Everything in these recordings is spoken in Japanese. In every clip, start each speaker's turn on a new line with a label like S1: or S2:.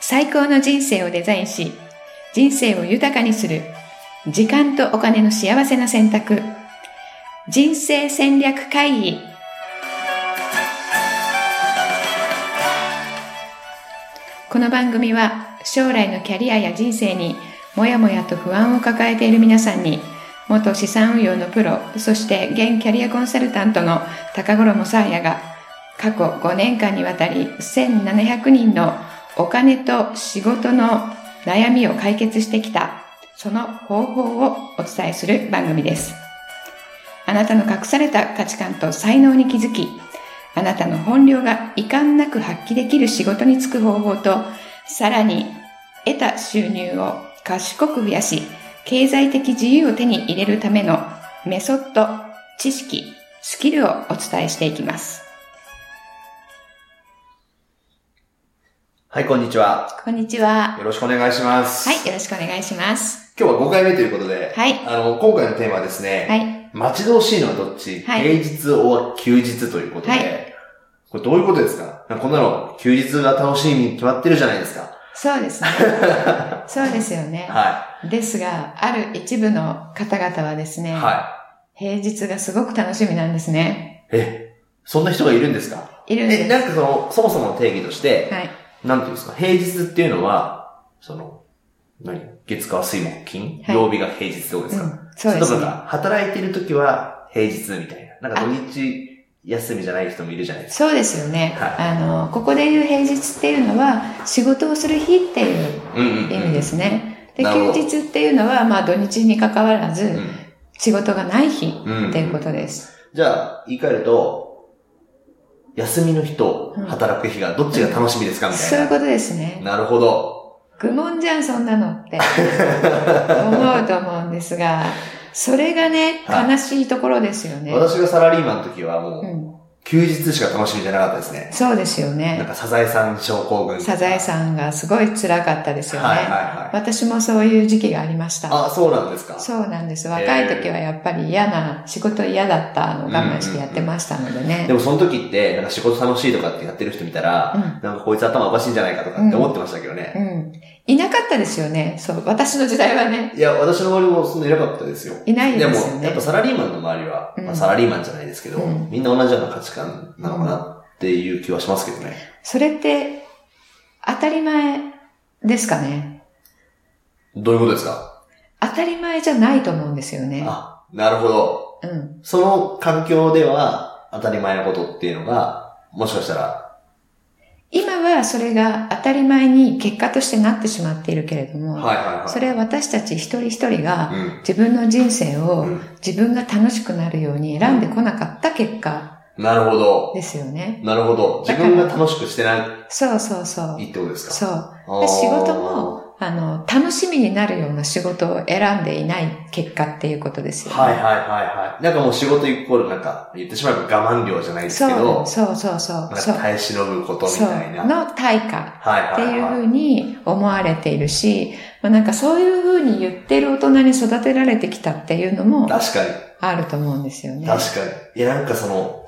S1: 最高の人生をデザインし、人生を豊かにする、時間とお金の幸せな選択、人生戦略会議。この番組は、将来のキャリアや人生に、もやもやと不安を抱えている皆さんに、元資産運用のプロ、そして現キャリアコンサルタントの高頃さあやが、過去5年間にわたり1700人のお金と仕事の悩みを解決してきた、その方法をお伝えする番組です。あなたの隠された価値観と才能に気づき、あなたの本領が遺憾なく発揮できる仕事に就く方法と、さらに得た収入を賢く増やし、経済的自由を手に入れるためのメソッド、知識、スキルをお伝えしていきます。
S2: はい、こんにちは。
S1: こんにちは。
S2: よろしくお願いします。
S1: はい、よろしくお願いします。
S2: 今日は5回目ということで、
S1: はい。
S2: あの、今回のテーマはですね、
S1: はい。
S2: 待ち遠しいのはどっち、はい、平日を休日ということで、はい、これどういうことですかこんなの休日が楽しいに決まってるじゃないですか。
S1: そうですね。そうですよね。
S2: はい。
S1: ですが、ある一部の方々はですね、、
S2: はい
S1: 平日がすごく楽しみなんですね。
S2: え、そんな人がいるんですか
S1: いるんです。
S2: なんかその、そもそもの定義として、
S1: はい、
S2: なんていうんですか、平日っていうのは、その、何月火水木金、
S1: はい、
S2: 曜日が平日ってことですか、うん、、
S1: そうです
S2: ね。働いてる時は平日みたいな。なんか土日、休みじゃない人もいるじゃないです
S1: か。そうですよね。、
S2: はい
S1: あの、ここで言う平日っていうのは、仕事をする日っていう意味ですね。うんうんうんで、休日っていうのは、まあ土日に関わらず、うん、仕事がない日っていうことです。
S2: うんうん、じゃあ、言い換えると、休みの日と働く日がどっちが楽しみですかみたい
S1: な、そういうことですね。
S2: なるほど。
S1: 愚問じゃん、そんなのって。思うと思うんですが、それがね、悲しいところですよね。
S2: はい、私がサラリーマンの時はもう、休日しか楽しみじゃなかったですね。
S1: そうですよね。
S2: なんかサザエさん症候群。
S1: サザエさんがすごい辛かったですよね。
S2: はいはいはい。
S1: 私もそういう時期がありました。
S2: あ、そうなんですか
S1: そうなんです。若い時はやっぱり嫌な、仕事嫌だったのを我慢してやってましたのでね。うんうんうん、
S2: でもその時って、なんか仕事楽しいとかってやってる人見たら、うん、なんかこいつ頭おかしいんじゃないかとかって思ってましたけどね。
S1: うん、うんいなかったですよね。そう、私の時代はね。
S2: いや、私の周りもそんないなかったですよ。
S1: いないですよね。
S2: でも、やっぱサラリーマンの周りは、うん、まあ、サラリーマンじゃないですけど、うん、みんな同じような価値観なのかなっていう気はしますけどね。
S1: それって、当たり前ですかね。
S2: どういうことですか
S1: 当たり前じゃないと思うんですよね。
S2: あ、なるほ
S1: ど。うん。
S2: その環境では、当たり前のことっていうのが、もしかしたら
S1: 今はそれが当たり前に結果としてなってしまっているけれども、
S2: はいはいはい、
S1: それは私たち一人一人が自分の人生を自分が楽しくなるように選んでこなかった結果、
S2: うん、なるほど。
S1: ですよね。
S2: なるほど。自分が楽しくしてない。。
S1: そうそうそう
S2: いいってことですか
S1: そうで。仕事も、あの、楽しみになるような仕事を選んでいない結果っていうことですよね。
S2: はいはいはいはい。なんかもう仕事イコールなんか、言ってしまえば我慢量じゃないですけど、
S1: そうそうそう
S2: そう。耐え忍ぶことみたいな。
S1: の対価っていうふうに思われているし、はいはいはい、なんかそういうふうに言ってる大人に育てられてきたっていうのも、
S2: 確かに。
S1: あると思うんですよね。
S2: 確かに。いやなんかその、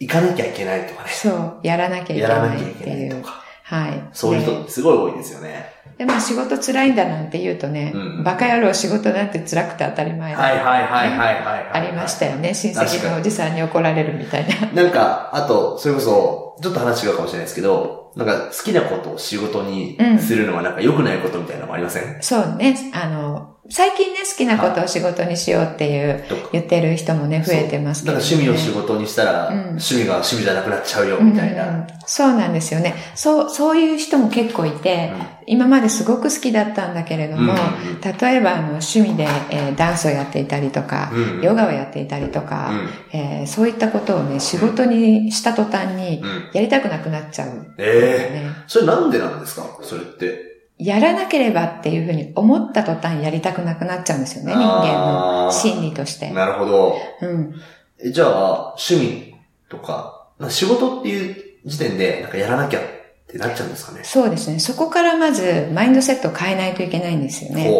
S2: 行かなきゃいけないとかね。
S1: そう、やらなきゃいけないっていう。いはい。
S2: そういう人すごい多いですよね。
S1: で、まあ仕事辛いんだなんて言うとね、うん、バカ野郎仕事なんて辛くて当たり前だ、
S2: ね、はいはいはいはいはい、はい、
S1: ありましたよね。親戚のおじさんに怒られるみたい
S2: な。なんか、あと、それこそ、ちょっと話違うかもしれないですけど、なんか好きなことを仕事にするのはなんか良くないことみたいなのもありません、
S1: うん、そうね。あの、最近ね、好きなことを仕事にしようっていう、言ってる人もね、増えてますけ
S2: ど、ね、なんか趣味を仕事にしたら、うん、趣味が趣味じゃなくなっちゃうよ、みたいな、うんうん、
S1: そうなんですよね。そう、そういう人も結構いて、今まですごく好きだったんだけれども、うんうんうん、例えばあの趣味で、えー、ダンスをやっていたりとか、うんうん、ヨガをやっていたりとか、うん、えー、そういったことをね、仕事にした途端に、やりたくなくなっちゃう、ね、
S2: ええー、それなんでなんですかそれって。
S1: やらなければっていうふうに思った途端やりたくなくなっちゃうんですよね、人間の心理として。
S2: なるほど。
S1: うん。
S2: えじゃあ、趣味とか、か仕事っていう時点で、なんかやらなきゃってなっちゃうんですかね。
S1: そうですね。そこからまず、マインドセットを変えないといけないんですよね。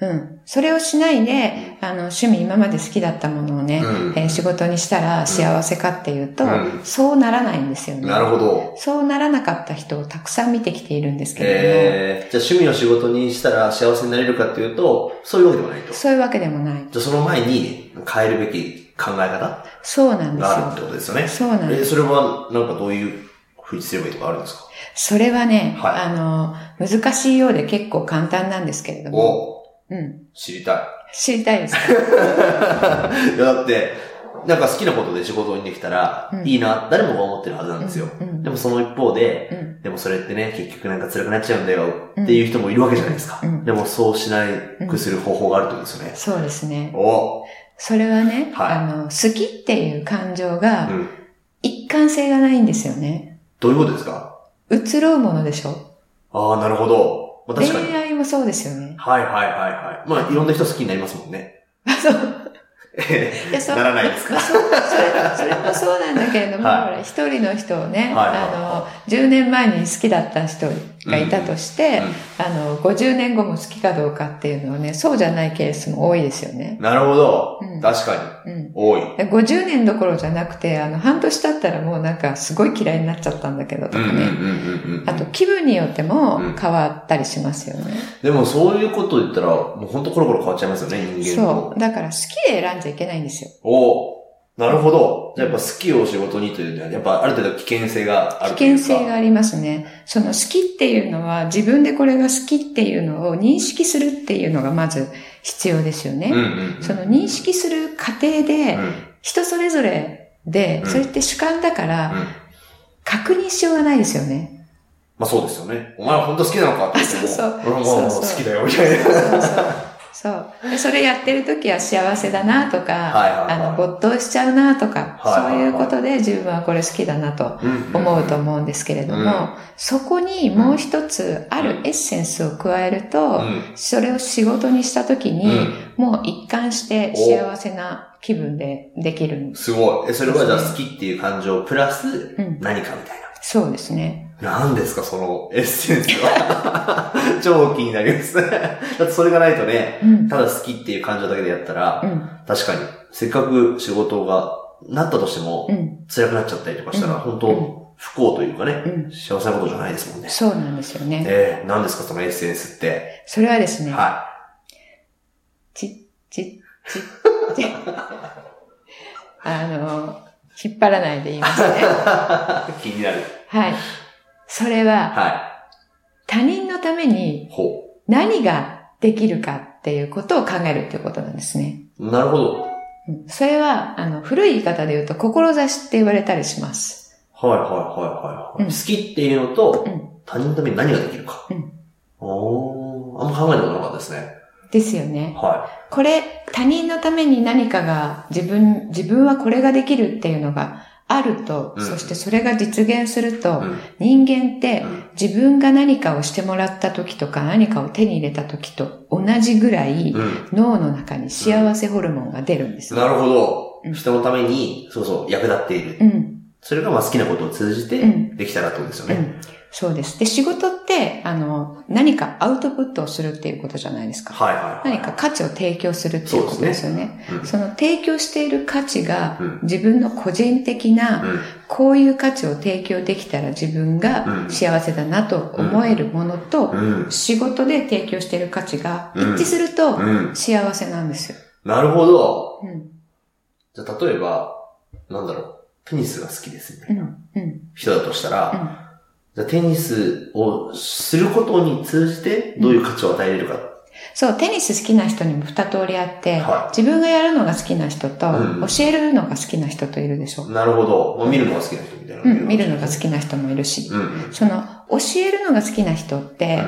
S1: うん。それをしないで、あの、趣味今まで好きだったものをね、
S2: うん
S1: えー仕事にしたら幸せかっていうと、
S2: うん
S1: そうならないんですよね。
S2: なるほど。
S1: そうならなかった人をたくさん見てきているんですけれども、
S2: えー、じゃあ趣味を仕事にしたら幸せになれるかっていうと、そういうわけでもないと。
S1: そういうわけでもない。
S2: じゃあその前に変えるべき考え方が
S1: そうなんです
S2: あるっ
S1: よ
S2: て。ことですよね。
S1: そうなんです
S2: えー、それはなんかどういうふうにすればいいとかあるんですか
S1: それはね、
S2: はい
S1: あの、難しいようで結構簡単なんですけれども、
S2: お
S1: うん。
S2: 知りたい。
S1: 知りたいですか
S2: い やだって、なんか好きなことで仕事にできたら
S1: うん
S2: いいな、誰もが思ってるはずなんですよ。
S1: うんうん
S2: でもその一方で、
S1: うん
S2: でもそれってね、結局なんか辛くなっちゃうんだよっていう人もいるわけじゃないですか。
S1: うん
S2: でもそうしないくする方法があるってことですよね。
S1: そうですね。
S2: お
S1: それはね、
S2: はい
S1: あの、好きっていう感情
S2: う
S1: が
S2: ん。
S1: 一貫性がないんですよね。
S2: どういうことですか
S1: 移ろうものでしょ
S2: ああ、なるほど。まあ、確かに。
S1: 恋愛もそうですよね。
S2: はいはいはいはい。まあいろんな人好きになりますもんね。
S1: あそう。いや、そう。
S2: ならないですか
S1: まあそうそれそれもそうなんだけれども、
S2: はい
S1: ほら一人の人をね、
S2: はいはい
S1: あの、10年前に好きだった人がいたとして、
S2: う
S1: あの、50年後も好きかどうかっていうのはね、そうじゃないケースも多いですよね。
S2: んなるほど。
S1: うん
S2: 確か
S1: うん
S2: に。多い。
S1: で50年どころじゃなくて、あの、半年経ったらもうなんかすごい嫌いになっちゃったんだけどとかね。
S2: うんうん
S1: あと、気分によっても
S2: うん
S1: 変わったりしますよね。
S2: でもそういうこと言ったら、もうほんとコロコロ変わっちゃいますよね、人間の。
S1: そう。だから好きで選んじゃいけないんですよ。
S2: おおなるほど。じゃあやっぱ好きを仕事にというには、やっぱある程度危険性が
S1: 危
S2: あるという
S1: 険
S2: か。
S1: 性がありますね。その好きっていうのは自分でこれが好きっていうのを認識するっていうのがまず必要ですよ
S2: うん
S1: ね。
S2: うんうん。
S1: その認識する過程
S2: う
S1: で
S2: ん、うん
S1: 人それぞれで
S2: う、ん
S1: それって主観だから確認しようがないですよね。
S2: まあそうですよね。お前は本当好きなのかって言っても、
S1: あそうそう
S2: 俺もまあ
S1: そうそう
S2: 好きだよ、みたいな。
S1: そうそうそう。でそれやってる時は幸せだなとか、
S2: はいはいはい
S1: あの、没頭しちゃうなとか、
S2: はいはいはい
S1: そういうことで自分はこれ好きだなと
S2: うん
S1: 思うと思うんですけれども、
S2: うん
S1: そこにもう一つあるエッセンスを加えると、
S2: うん
S1: それを仕事にした時に、
S2: うん
S1: もう一貫して幸せな気分でできるんです。
S2: すごい。え、それはじゃあ好きっていう感情プラス
S1: ん
S2: 何かみたいな。
S1: そうですね。
S2: 何ですか、そのエッセンスは。 超気になります。だってそれがないとね、
S1: うん。
S2: ただ好きっていう感情だけでやったら
S1: う、ん。
S2: 確かに、せっかく仕事がなったとしても
S1: う、ん。
S2: 辛くなっちゃったりとかしたら、
S1: うん
S2: 本当不幸というかね、
S1: うん。
S2: 幸せなことじゃないですもんね。
S1: そうなんですよね。
S2: ええ何ですか、そのエッセンスって。
S1: それはですね、
S2: は
S1: ちっちっちっちっ。 あの、引っ張らないで言いますね。
S2: い。 気になる。
S1: はい。それは、
S2: は
S1: 他人のために
S2: い。ほ
S1: 何ができるかっていうことを考えるっていうことなんですね。
S2: う。なるほど。はい
S1: うんそれは、あの、古い言い方で言うと、志って言われたりします。
S2: はいはいはい、はい
S1: うん
S2: 好きっていうのと、
S1: うん
S2: 他人のために何ができるか。
S1: うん
S2: おーあんま考えたことなかったですね。
S1: ですよね。
S2: は
S1: これ、他人のために何かが、自分、自分はこれができるっていうのがあると、
S2: うん
S1: そしてそれが実現すると、
S2: い。うん。
S1: 人間って
S2: うん
S1: 自分が何かをしてもらった時とか何かを手に入れた時と同じぐらい
S2: うん。
S1: 脳の中に幸せホルモンが出るんですよ。
S2: なるほど、
S1: うん
S2: 人のために、そうそう、役立っている。
S1: うん、
S2: それがまあ好きなことを通じ
S1: う
S2: て、
S1: ん、
S2: できたらってことですよ
S1: う
S2: ね。
S1: ん。そうです。で、仕事って、あの、何かアウトプットをするっていうことじゃないですか。
S2: はいはいはい。
S1: 何か価値を提供するっていうことですよね。
S2: うん。
S1: その提供している価値が
S2: うん
S1: 自分の個人的な、
S2: うん。
S1: こういう価値を提供できたら自分が幸せだなと思えるものと、
S2: うん。
S1: 仕事で提供している価値が一致すると
S2: うん。
S1: 幸せなんですよ。
S2: なるほど。
S1: うん。
S2: じゃあ、例えば、なんだろう、テニスが好きですみた
S1: う。
S2: いなん
S1: うん。
S2: 人だとしたら、
S1: うん
S2: じゃあ、テニスをすることに通じて、どういう価値を与えれるか。
S1: そう、テニス好きな人にも二通りあって、
S2: は
S1: 自分がやるのが好きな人と、
S2: うん
S1: 教えるのが好きな人といるでしょう。
S2: なるほど。まあ、見るのが好きな人みたいな。
S1: うん、見るのが好きな人もいるし。
S2: うん。うん。
S1: その、教えるのが好きな人って、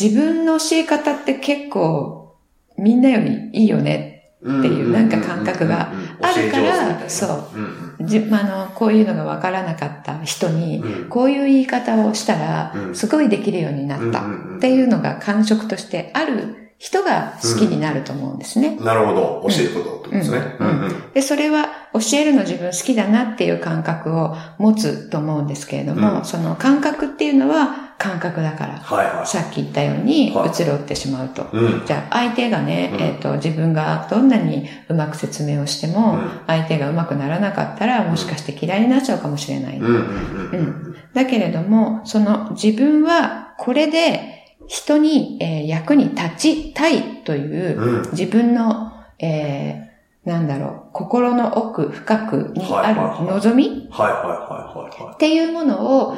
S1: 自分の教え方って結構、みんなよりいいよね。
S2: うん。
S1: っていうなんか感覚があるからそう
S2: うん
S1: じまああの、こういうのがわからなかった人に、
S2: うん。
S1: こういう言い方をしたら
S2: う、ん
S1: すごいできるようになった。
S2: うん
S1: っていうのが感触としてある人が好きになると思うんですね。
S2: なるほど。教えることってことですね。
S1: うん
S2: うん。
S1: で、それは教えるの自分好きだなっていう感覚を持つと思うんですけれども、
S2: うん
S1: その感覚っていうのは感覚だから。
S2: はいは
S1: さっき言ったように、
S2: はいう
S1: つろってしまうと。
S2: い。うん。
S1: じゃあ、相手がね、
S2: うん
S1: えっ、と、自分がどんなにうまく説明をしても、
S2: うん
S1: 相手がうまくならなかったら、もしかして嫌いになっちゃうかもしれない。
S2: うんうんうんうん。
S1: だけれども、その自分はこれで人に、えー役に立ちたいという、
S2: うん。
S1: 自分の、えーなんだろう、心の奥深くにある
S2: はいはいはい
S1: 望み
S2: はいはいはいはいは
S1: っていうものを、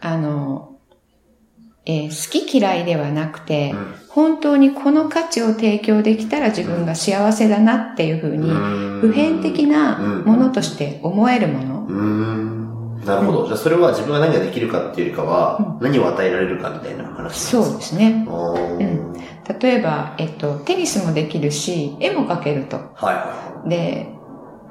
S1: あの、えー好き嫌いではなくて
S2: い。、うん
S1: 本当にこの価値を提供できたら自分が幸せだなっていうふうに、普遍的なものとして思えるもの。
S2: うーんなるほど。じゃあそれは自分が何ができるかっていうよりかは、何を与えられるかみたいな話なんですか
S1: そうですね。
S2: おー
S1: うん例えば、えっと、テニスもできるし、絵も描けると。
S2: はいは
S1: で、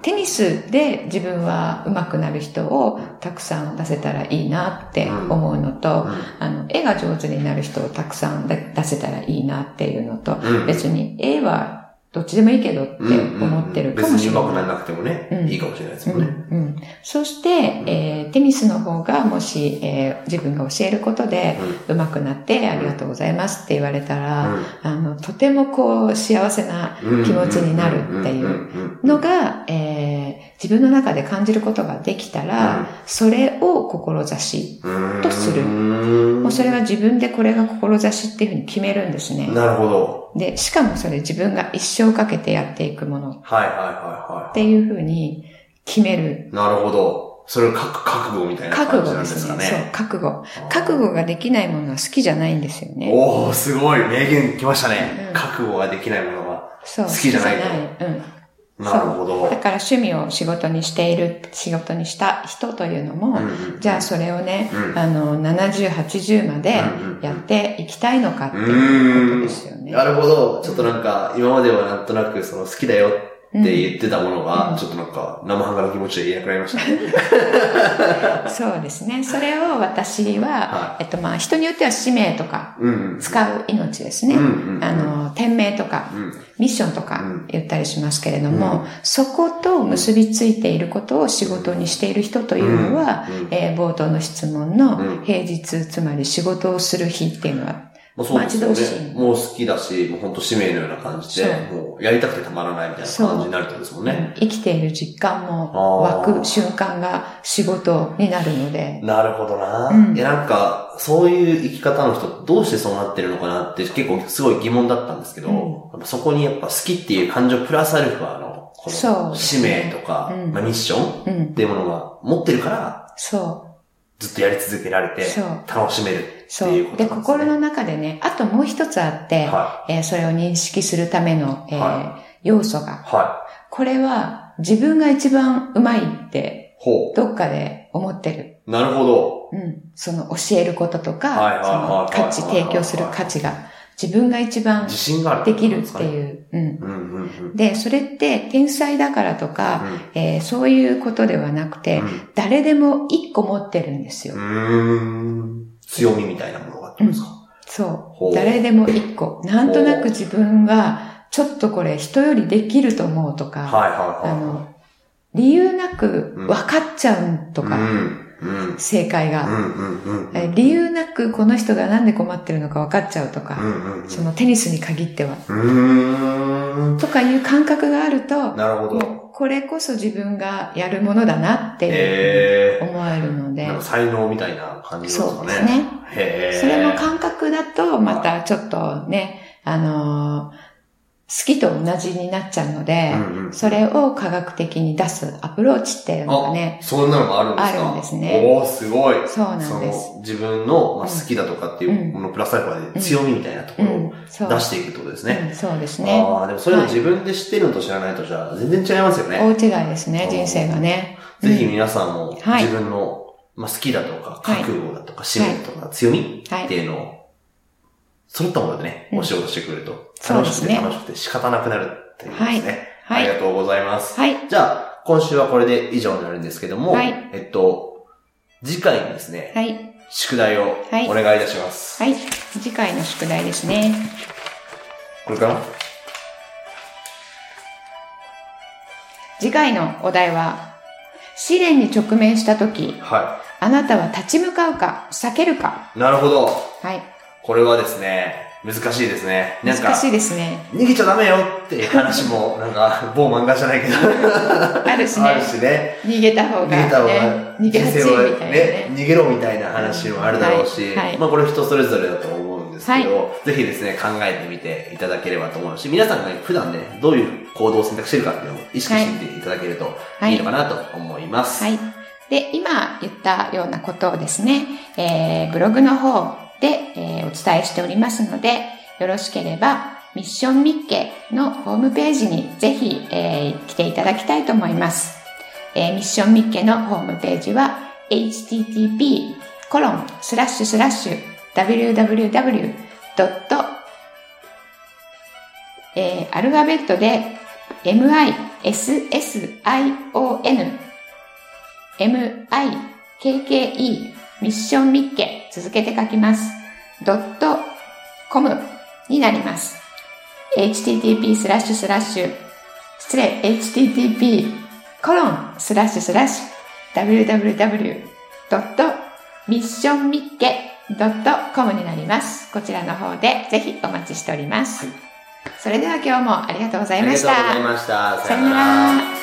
S1: テニスで自分は上手くなる人をたくさん出せたらいいなって思うの
S2: い
S1: と、
S2: は
S1: あの、絵が上手になる人をたくさん出出せたらいいなっていうのと、
S2: い。うん。
S1: 別に絵はどっちでもいいけどって思ってるかもしれ
S2: 別に
S1: な
S2: 上手
S1: い
S2: くな。らなくてもね、
S1: うん
S2: いいかもしれないですも
S1: うんん
S2: ね。
S1: うん、そして、えーテニスの方がもし、えー自分が教えることで上手くなってありがとうございますって言われたら、あの、とてもこう幸せな
S2: うん
S1: 気持ちになるっていうのが、えー自分の中で感じることができたら、それを志とする
S2: る
S1: もうそれは自分でこれが志っていうふうに決めるんですね。
S2: なるほど。
S1: で、しかもそれ自分が一生かけてやっていくものっ
S2: はいはいは
S1: ていうふうに決める
S2: いはい。なるほど。それを覚覚悟みたいな
S1: 覚
S2: 感じ
S1: 悟
S2: なん
S1: で
S2: です
S1: す
S2: か
S1: ね。
S2: ね。
S1: そう、覚悟。覚悟ができないものは好きじゃないんですよね。
S2: おー、すごい。名言来ましたね。
S1: うん
S2: 覚悟ができないものは。
S1: そう、
S2: 好きじゃない
S1: 好きじゃないうん。
S2: なるほど
S1: だ。から趣味を仕事にしている、仕事にした人というのも、
S2: うん
S1: じゃあそれをね、
S2: うん
S1: あの、70、80まで
S2: うんうん
S1: やっていきたいのかっていうことですよね。
S2: なるほど。ちょっとなんか、今まではなんとなく、その好きだよって言ってたものが、
S1: うん
S2: ちょっとなんか、生半可な気持ちで言えなくなりましたね。
S1: そうですね。それを私は
S2: は、
S1: えっとまあ人によっては使命とか、
S2: うん。
S1: 使う命です
S2: う
S1: ね
S2: ん。うんうん。
S1: あの、店名とか、
S2: うん、
S1: ミッションと
S2: う
S1: か
S2: ん
S1: 言ったりしますけれども、そこと結びついていることを仕事にしている人というのは、
S2: うんうん
S1: えー冒頭の質問
S2: う
S1: の
S2: ん
S1: 平日、つまり仕事をする日っていうのは、
S2: まあそうですよ
S1: 待ち遠し
S2: ね。
S1: い
S2: もう好きだし、もう本当使命のような感じで
S1: そ、
S2: もうやりたくてたまらないみたいな感じになるってことですもんね。
S1: 生きている実感も湧
S2: あー
S1: く瞬間が仕事になるので、
S2: なるほどな、
S1: うん
S2: いやなんか、そういう生き方の人、どうしてそうなってるのかなって結構すごい疑問だったんですけど、
S1: うん
S2: やっぱそこにやっぱ好きっていう感情プラスアルファの、こ
S1: そう
S2: の
S1: です
S2: 使
S1: ね
S2: 命とか、
S1: うん
S2: まあ、ミッション
S1: う
S2: っ
S1: ん、
S2: ていうものが持ってるから、
S1: そ
S2: ずっとやり続けられ
S1: う、
S2: て、
S1: そう、
S2: 楽しめるって
S1: そう。
S2: いう
S1: で
S2: ことなんですね。
S1: 心の中でね、あともう一つあって、
S2: は
S1: えーそれを認識するための、えー
S2: は
S1: 要素
S2: い。
S1: が、
S2: は
S1: これは自分が一番うまいって
S2: い。ほ
S1: どっかで思ってる。
S2: う。なるほど。
S1: うん、その教えることと
S2: はい
S1: か、
S2: はい
S1: その
S2: はいは
S1: 価
S2: い
S1: 値、提供する価値が自分が一番
S2: 自信がある
S1: できるって
S2: う。
S1: いう。うん、
S2: うんうんうん。
S1: で、それって天才だからとか、えーそういうことではなくて、
S2: うん
S1: 誰でも一個持ってるんですよ。
S2: うーん。強みみたいなものがあってことですか、
S1: そ
S2: ほう
S1: う。誰でも一個。なんとなく自分が、ちょっとこれ人よりできると思うとか、
S2: はいはい
S1: あ
S2: はい。
S1: の、理由なく分かっちゃうとか、
S2: うん。うん。
S1: 正解
S2: う
S1: が、
S2: んうんうんうん。
S1: えー理由なくこの人がなんで困ってるのか分かっちゃうとか、
S2: うんうんうん。
S1: そのテニスに限っては。
S2: うーん。
S1: とかいう感覚があると、
S2: なるほど。
S1: もうこれこそ自分がやるものだなって
S2: へえ。
S1: 思えるので
S2: なん、か才能みたいな感じなんです
S1: そ
S2: か
S1: う
S2: ね。
S1: です。ね。
S2: へえ。
S1: それも感覚だと、またちょっとね、あのー好きと同じになっちゃうので、
S2: うんうん
S1: それを科学的に出すアプローチっていうのがね、
S2: そんなのがあるんですか
S1: あるんですね。
S2: おー、すごい。
S1: そうな
S2: そ
S1: んです。
S2: の、自分の、まあ、
S1: うん
S2: 好きだとかっていうものプラスアルファで強みみたいなとこ
S1: う
S2: ろを
S1: ん、そう。
S2: 出していくってことです
S1: う
S2: ね。
S1: んそうですね。
S2: ああ、でもそれを自分で知ってるのと知らないとじゃあ全然違いますよね。
S1: 大違いですね、人生がね。うん
S2: ぜひ皆さんも
S1: はい
S2: 自分の、まあ、好きだとか、
S1: はい
S2: 覚悟だとか、使命とか、強み
S1: は
S2: って
S1: い。
S2: いうのを、揃ったものでね、
S1: うん
S2: お仕事してくれると、
S1: そう
S2: 楽
S1: で
S2: し
S1: す
S2: くて
S1: ね
S2: 楽しくて仕方なくなるっていうことですね。
S1: は
S2: あり
S1: い。
S2: がとうございます。
S1: はい。
S2: じゃあ、今週はこれで以上になるんですけども、
S1: はい
S2: えっと、次回にですね、
S1: はい。
S2: 宿題を
S1: はい
S2: お願いいたします。
S1: はい。次回の宿題ですね。
S2: これかな
S1: 次回のお題は、試練に直面したとき、
S2: は
S1: あなたは立ち向かうか、避けるか。
S2: い。なるほど。
S1: はい。
S2: これはですね、難しいですね。なんか
S1: 難、しいですね。
S2: 逃げちゃダメよっていう話も、なんか、某漫画じゃないけど、
S1: あるし
S2: ある
S1: ね。
S2: しね。
S1: 逃げた方が、
S2: 逃げた方が、
S1: ね、逃げ恥み
S2: 人
S1: た
S2: 生はい
S1: な
S2: ね
S1: ね。、
S2: 逃げろみたいな話もあるだろうし、
S1: はいはい
S2: まあこれ人それぞれだと思うんですけど、ぜひですね、考えてみていただければと思うし、皆さんがね普段ね、どういう行動を選択してるかっていうのを意識してみていただけると
S1: はい
S2: いいのかなと思います。
S1: はい。で、今言ったようなことをですね、えーブログの方で、えーお伝えしておりますので、よろしければ、ミッションミッケのホームページにぜひ、えー来ていただきたいと思います。えーミッションミッケのホームページは、http:// コロンスラッシュスラッシュ www. えーアルファベットで mission mikke ミッションミッケ続けて書きます。ドットコムになります。http スラッシュスラッシュ失礼 http コロンスラッシュスラッシュ www ドットミッションミッケドットコムになります。こちらの方でぜひお待ちしております。それでは今日もありがとうござ
S2: あ
S1: い
S2: りが
S1: ま
S2: とう
S1: し
S2: ござい
S1: た。
S2: ました。
S1: さよなら。